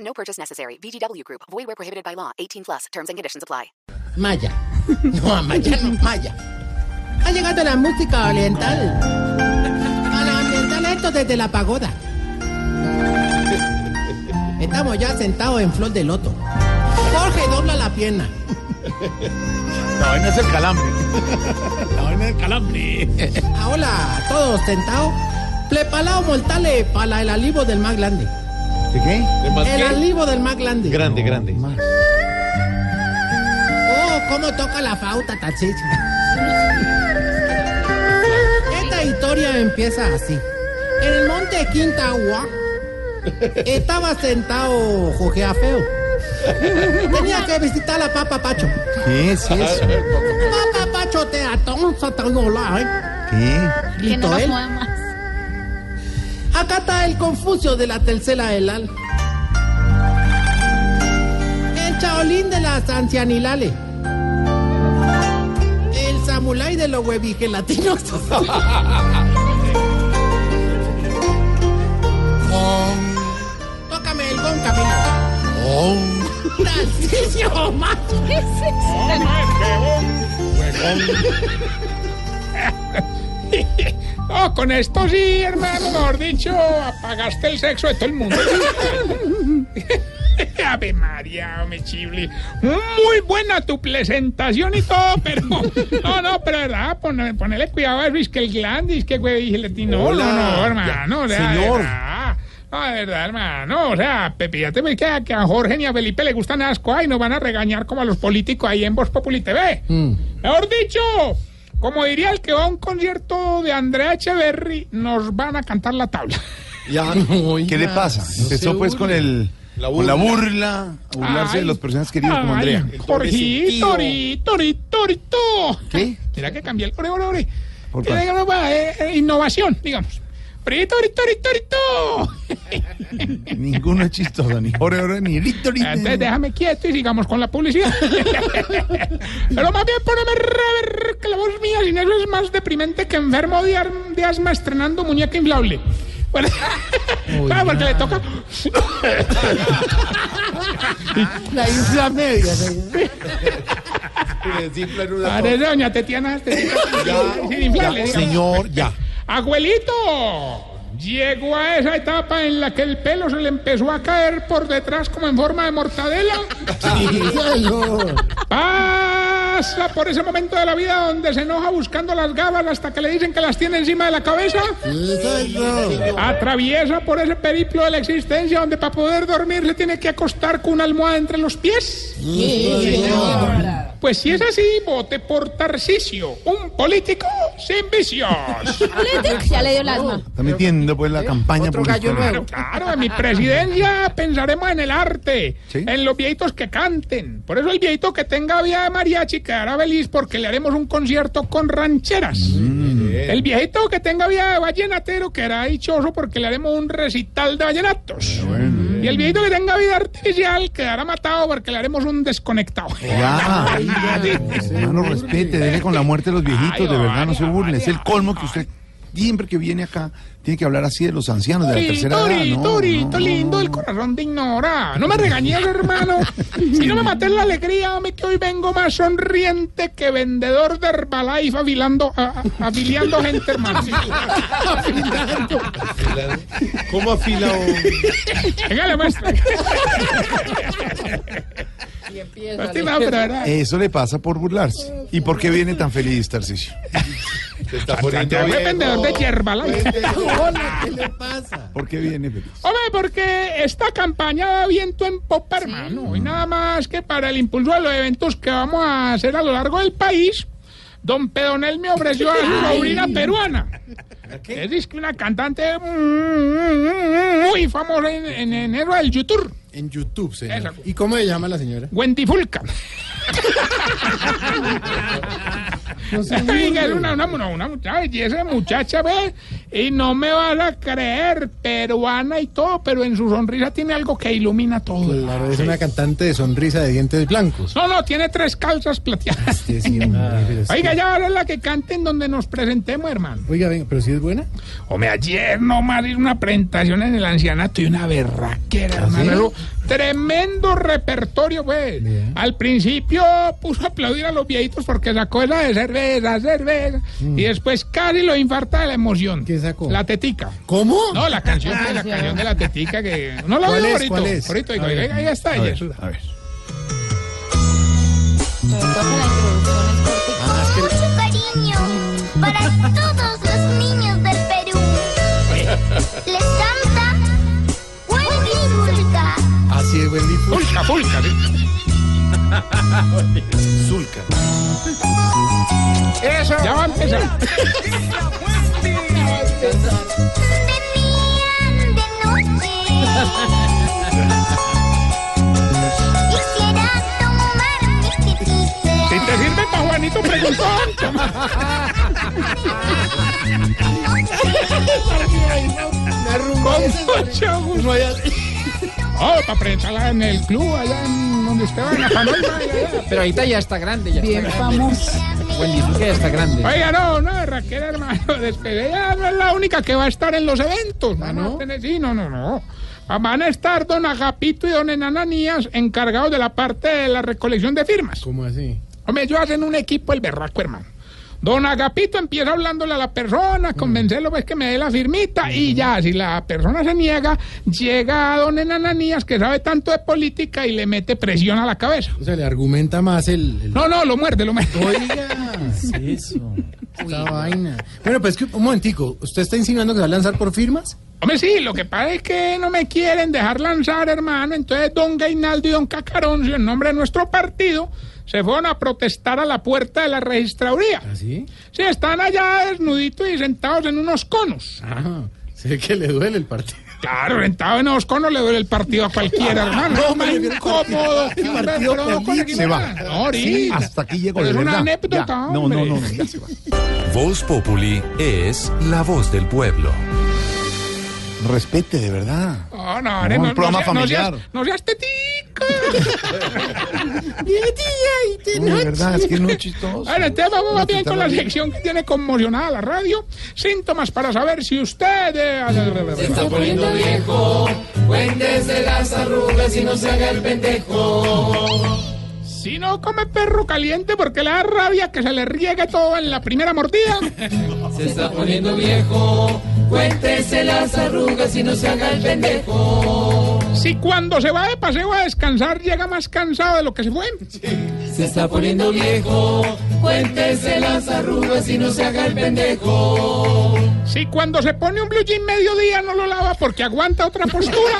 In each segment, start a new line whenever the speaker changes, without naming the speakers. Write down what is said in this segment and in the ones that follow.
No purchase necessary. VGW Group. Void where prohibited by law. 18 plus. Terms and conditions apply.
Maya. No, Maya no, Maya. Ha llegado la música oriental. A la oriental esto desde la pagoda. Estamos ya sentados en flor de loto. Jorge dobla la pierna.
La vaina es el calambre. La vaina es el calambre.
Ahora, todos sentados. Preparados mortales para el alivio del más grande.
qué?
El alivio del más grande.
Grande, grande.
Oh, cómo toca la flauta, tachicha. Esta historia empieza así. En el monte Quintagua estaba sentado Jorge Afeo. Tenía que visitar a Papa Pacho.
¿Qué es eso?
Papa Pacho te atonza tan hola, ¿eh?
¿Qué?
Que
Listo,
no nos
¿eh?
jodan más.
Acá está el Confucio de la tercera edad. El Chaolín de las ancianilales. El Samulai de los huevigelatinos. Gong. Tócame el gong, capitán. Tarcisio, macho.
¿Qué es eso?
No, Oh, con esto sí, hermano, mejor dicho, apagaste el sexo de todo el mundo. Ave María, me chibli. Muy buena tu presentación y todo, pero. No, no, pero verdad, pone- ponele cuidado a Luis que el glandis, que güey, dije, no, no, no, hermano, o sea, de
señor.
verdad. No, de verdad, hermano, o sea, Pepe, ya te ves que a, que a Jorge ni a Felipe le gustan asco, y nos van a regañar como a los políticos ahí en Voz Populi TV. Mejor dicho, como diría el que va a un concierto de Andrea Echeverry, nos van a cantar la tabla.
¿Qué le pasa? Empezó pues con el con la burla, a burlarse de
Ay.
los personas queridos como
Ay,
Andrea.
Jorgito, torito, torito, torito.
¿Qué?
Mira que cambié el ore, ore, ore.
¿Por
Era
cuál?
que no va, eh, eh, innovación, digamos. Torito, torito, torito, torito.
Ninguno es chistoso, ni ore, ore, ni lito, lito.
Entonces déjame quieto y sigamos con la publicidad. Pero más bien poneme rever que la voz mía sin eso es más deprimente que enfermo de, ar- de asma estrenando muñeca inflable. Bueno, claro, porque le toca.
La isla media. ¿sí?
Parece doña Tetiana. Tetiana, sin inflarle,
Ya,
digamos.
señor, ya.
Abuelito, llegó a esa etapa en la que el pelo se le empezó a caer por detrás como en forma de mortadela. Pasa por ese momento de la vida donde se enoja buscando las gabas hasta que le dicen que las tiene encima de la cabeza. Atraviesa por ese periplo de la existencia donde para poder dormir le tiene que acostar con una almohada entre los pies. Pues si es así, vote por Tarcisio, un político sin vicios.
Atlético, Ya le dio el asma.
Está metiendo pues la campaña
Otro gallo
publicitaria.
nuevo.
Claro, en mi presidencia pensaremos en el arte,
Sí.
en los viejitos que canten. Por eso el viejito que tenga vida de mariachi quedará feliz porque le haremos un concierto con rancheras. El viejito que tenga vida de vallenatero quedará dichoso porque le haremos un recital de vallenatos. Y el viejito que tenga vida artificial quedará matado porque le haremos un desconectado.
Ya, hermano, eh, respete, deje con la muerte de los
Ay,
viejitos, de verdad, no se
vaya,
burle. Es el
vaya,
colmo que usted siempre que viene acá tiene que hablar así de los ancianos de la
Torito,
tercera edad.
torito,
No,
torito,
no, no,
lindo,
no.
el corazón te ignora. No me regañes, hermano. Si no me mates la alegría, hombre, que hoy vengo más sonriente que vendedor de Herbalife afilando, a- a- afiliando gente, hermano.
¿Cómo afilado?
Venga, le muestro. Estimado, pero era-
Eso le pasa por burlarse. ¿Y por qué viene tan feliz, Tarcisio?
Santiago es vendedor de Herbalife.
Hola, ¿qué le pasa?
¿Por qué viene feliz?
Hombre, porque esta campaña va viento en popa, hermano. Y nada más que para el impulso de los eventos que vamos a hacer a lo largo del país, don Pedonel me ofreció a su sobrina peruana. Es que una cantante mm, mm, mm, muy famosa en, en, en eso del YouTube.
En YouTube, señor.
Eso.
¿Y cómo se llama la señora?
Wendy Fulca.
No sé.
Venga, es una, una, una, una muchacha, y esa muchacha ve, y no me van a creer, peruana y todo, pero en su sonrisa tiene algo que ilumina todo.
Claro, es una cantante de sonrisa de dientes blancos.
No, no, tiene tres calzas plateadas.
Sí, sí, hombre, pero es
Ah. Oiga,
que-
ya ahora es la que cante en donde nos presentemos, hermano.
Oiga, venga, pero si es buena.
Hombre, ayer nomás hice una presentación en el ancianato y una berraquera,
¿Ah, sí?
hermano. Eso, Tremendo repertorio, pues.
Bien.
Al principio puso a aplaudir a los viejitos porque sacó esa de cerveza, cerveza. Y después casi lo infarta de la emoción.
Mm. ¿Qué sacó?
La tetica.
¿Cómo?
No, la canción, pues, la canción de la tetica que. No la
¿Cuál
veo
es?
ahorita.
¿Cuál es?
Ahorita,
A ver.
oiga, ahí está.
A
ayer.
ver, a ver.
mucho cariño para todos los niños del Perú. Les canta Wendy Zulka.
Así es, Wendy Fu-
Fulca, fulca, sí.
Zulka.
Eso. Ya va a empezar.
Venían de noche. Quisiera tomar mi
Si
tetita.
te sirve pa' Juanito preguntón. Con mucho gusto. Oh, para presentarla en el club, allá en donde usted va, en la Panolma, allá, allá.
Pero ahorita ya está grande, ya
Bien famoso.
ya está grande.
Oiga, no, no, Raquel, hermano, despedida ella no es la única que va a estar en los eventos. Van a tener- Sí, Ah, no, no, no. Ah, Van a estar don Agapito y don Enananías encargados de la parte de la recolección de firmas.
¿Cómo así?
Hombre, ellos hacen un equipo el berraco, hermano. Don Agapito empieza hablándole a la persona, convencerlo, pues que me dé la firmita y ya, si la persona se niega, llega a don Enananías, que sabe tanto de política, y le mete presión a la cabeza.
O sea, le argumenta más el. el-
No, no, lo muerde, lo muerde.
Oiga, esta vaina. Bueno, pues que un momentico, ¿usted está insinuando que se va a lanzar por firmas?
Hombre, sí, lo que pasa es que no me quieren dejar lanzar, hermano. Entonces, don Gainaldo y don Cacaroncio, en nombre de nuestro partido, se fueron a protestar a la puerta de la registraduría.
¿Así?
¿Ah, Sí, están allá desnuditos y sentados en unos conos.
Ah, sé que le duele el partido.
Claro, sentados en unos conos le duele el partido a cualquiera, hermano.
No, me
Más
refiero al
incómodo.
partido. El partido
Pero no, con
político.
aquí
Se
no
va.
van. No, ahorita.
Hasta aquí llegó
Pero
de
es una
verdad.
anécdota,
Ya. No, no,
hombre.
no, no, ya se va.
Voz Populi es la voz del pueblo.
Respete, de verdad.
No, no,
un
no, no,
programa
sea- no seas-
familiar.
No seas tetica.
No, de verdad, es que no es chistoso.
Bueno, entonces vamos
No,
bien
está
con la
bien.
sección que tiene conmocionada la radio. Síntomas para saber si usted... eh, Si no come perro caliente porque le da rabia que se le riegue todo en la primera mordida. Se está poniendo viejo. Cuéntese las arrugas y no se haga el pendejo. Si cuando se va de paseo a descansar llega más cansado de lo que se fue. Si cuando se pone un blue jean mediodía no lo lava porque aguanta otra postura.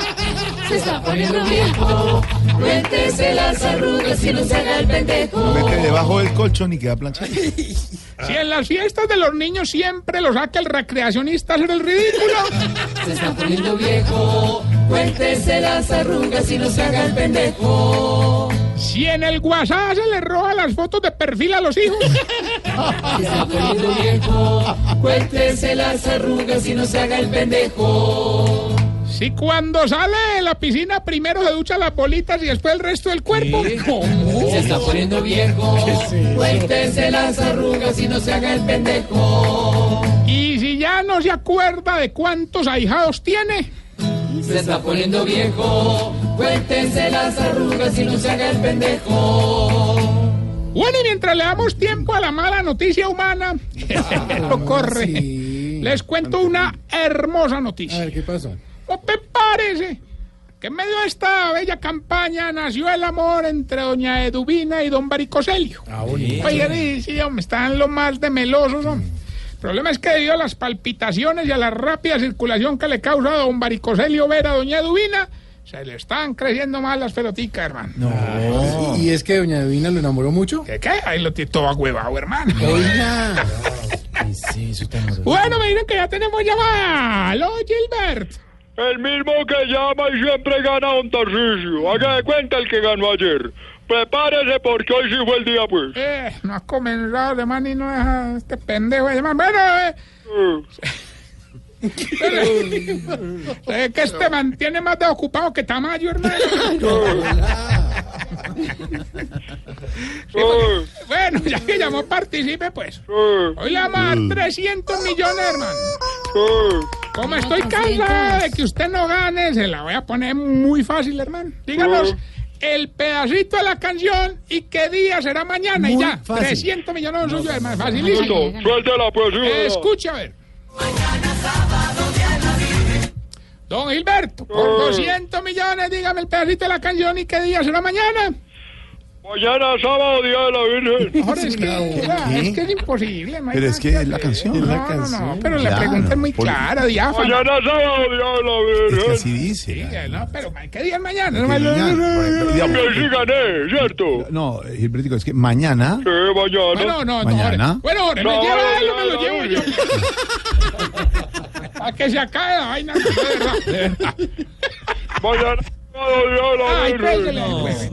Se está poniendo viejo. Cuéntese las arrugas y no se haga el pendejo.
Lo mete debajo del colchón y queda planchado.
Si en las fiestas de los niños siempre lo saca el recreacionista a hacer el ridículo.
Se está poniendo viejo. Cuéntese las arrugas y no se haga el pendejo.
Si en el WhatsApp se le roba las fotos de perfil a los hijos.
Se está poniendo viejo. Cuéntese las arrugas y no se haga el pendejo.
Si cuando sale de la piscina primero se ducha las bolitas y después el resto del cuerpo. ¿Cómo?
Se está poniendo viejo. Cuéntese las arrugas y no se haga el pendejo.
Y si ya no se acuerda de cuántos ahijados tiene.
Se está poniendo viejo. Cuéntese las arrugas y no se haga el pendejo.
Bueno, y mientras le damos tiempo a la mala noticia humana, no corre.
Sí.
Les cuento una hermosa
A
noticia.
ver, ¿qué pasó?
¿O te parece que en medio de esta bella campaña nació el amor entre doña Eduvina y don Baricoselio?
Ah, bonito.
Oigan, y sí, hombre, están lo más de melosos, hombre.
Mm.
El problema es que debido a las palpitaciones y a la rápida circulación que le causa a don Baricoselio ver a doña Eduvina, se le están creciendo más las peloticas, hermano.
Ah, ¿Y y es que Doña Divina lo enamoró mucho?
¿Qué, qué? Ahí lo tiene todo huevado, hermano.
Oiga.
Bueno, me dicen que ya tenemos llamada. Aló, Gilbert.
El mismo que llama y siempre gana un Tarcisio. Haga de cuenta el que ganó ayer. Prepárese porque hoy sí fue el día, pues.
Eh, no has comenzado, además, y no deja este pendejo. Además, bueno, eh, eh, que este mantiene más de ocupado que Tamayo, hermano.
Eh,
Bueno, ya que llamó, participe, pues.
eh,
Hoy le vamos a dar
Mm.
300 millones, hermano.
eh.
Como estoy cansada de que usted no gane, se la voy a poner muy fácil, hermano. Díganos el pedacito de la canción y qué día será mañana y
Muy
ya.
fácil.
300 millones son suyos, hermano. Facilísimo.
Listo, suéltela, pues. sí,
Eh,
verdad.
escuche, a ver. Don Gilberto,
Eh.
por 200 millones, dígame el pedacito de la canción y qué día será mañana.
Mañana sábado, día de la Virgen.
Ahora es, que, es que es imposible. no hay
Pero es
más
que es la canción.
No,
Es la
no, no,
canción,
pero la
claro,
pregunta es muy
por-
clara, diáfana.
Mañana sábado, día de la
Es que
Virgen.
así dice. la-
Eh, No, pero ¿qué día es mañana?
que digan, por ejemplo, digamos,
Que sí gané, ¿cierto?
No, Gilbertico, es que mañana.
Sí, mañana.
Bueno, no, no,
Mañana.
Jorge. Bueno, Jorge, me
No,
lleva él o
no,
me lo
no,
llevo
no.
yo. A que se acabe la vaina. de verdad.
Mañana sábado, día de la
Ay,
Virgen.
tráigale, pues.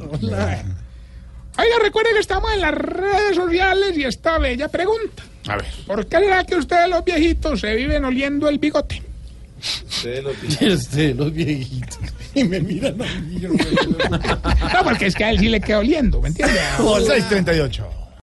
Oiga, recuerden que estamos en las redes sociales y esta bella pregunta.
A ver.
¿Por qué será que ustedes los viejitos se viven oliendo el bigote?
Ustedes, los viejitos. Y me miran a mí. yo-
No, porque es que a él sí le queda oliendo, ¿me entiendes?
638.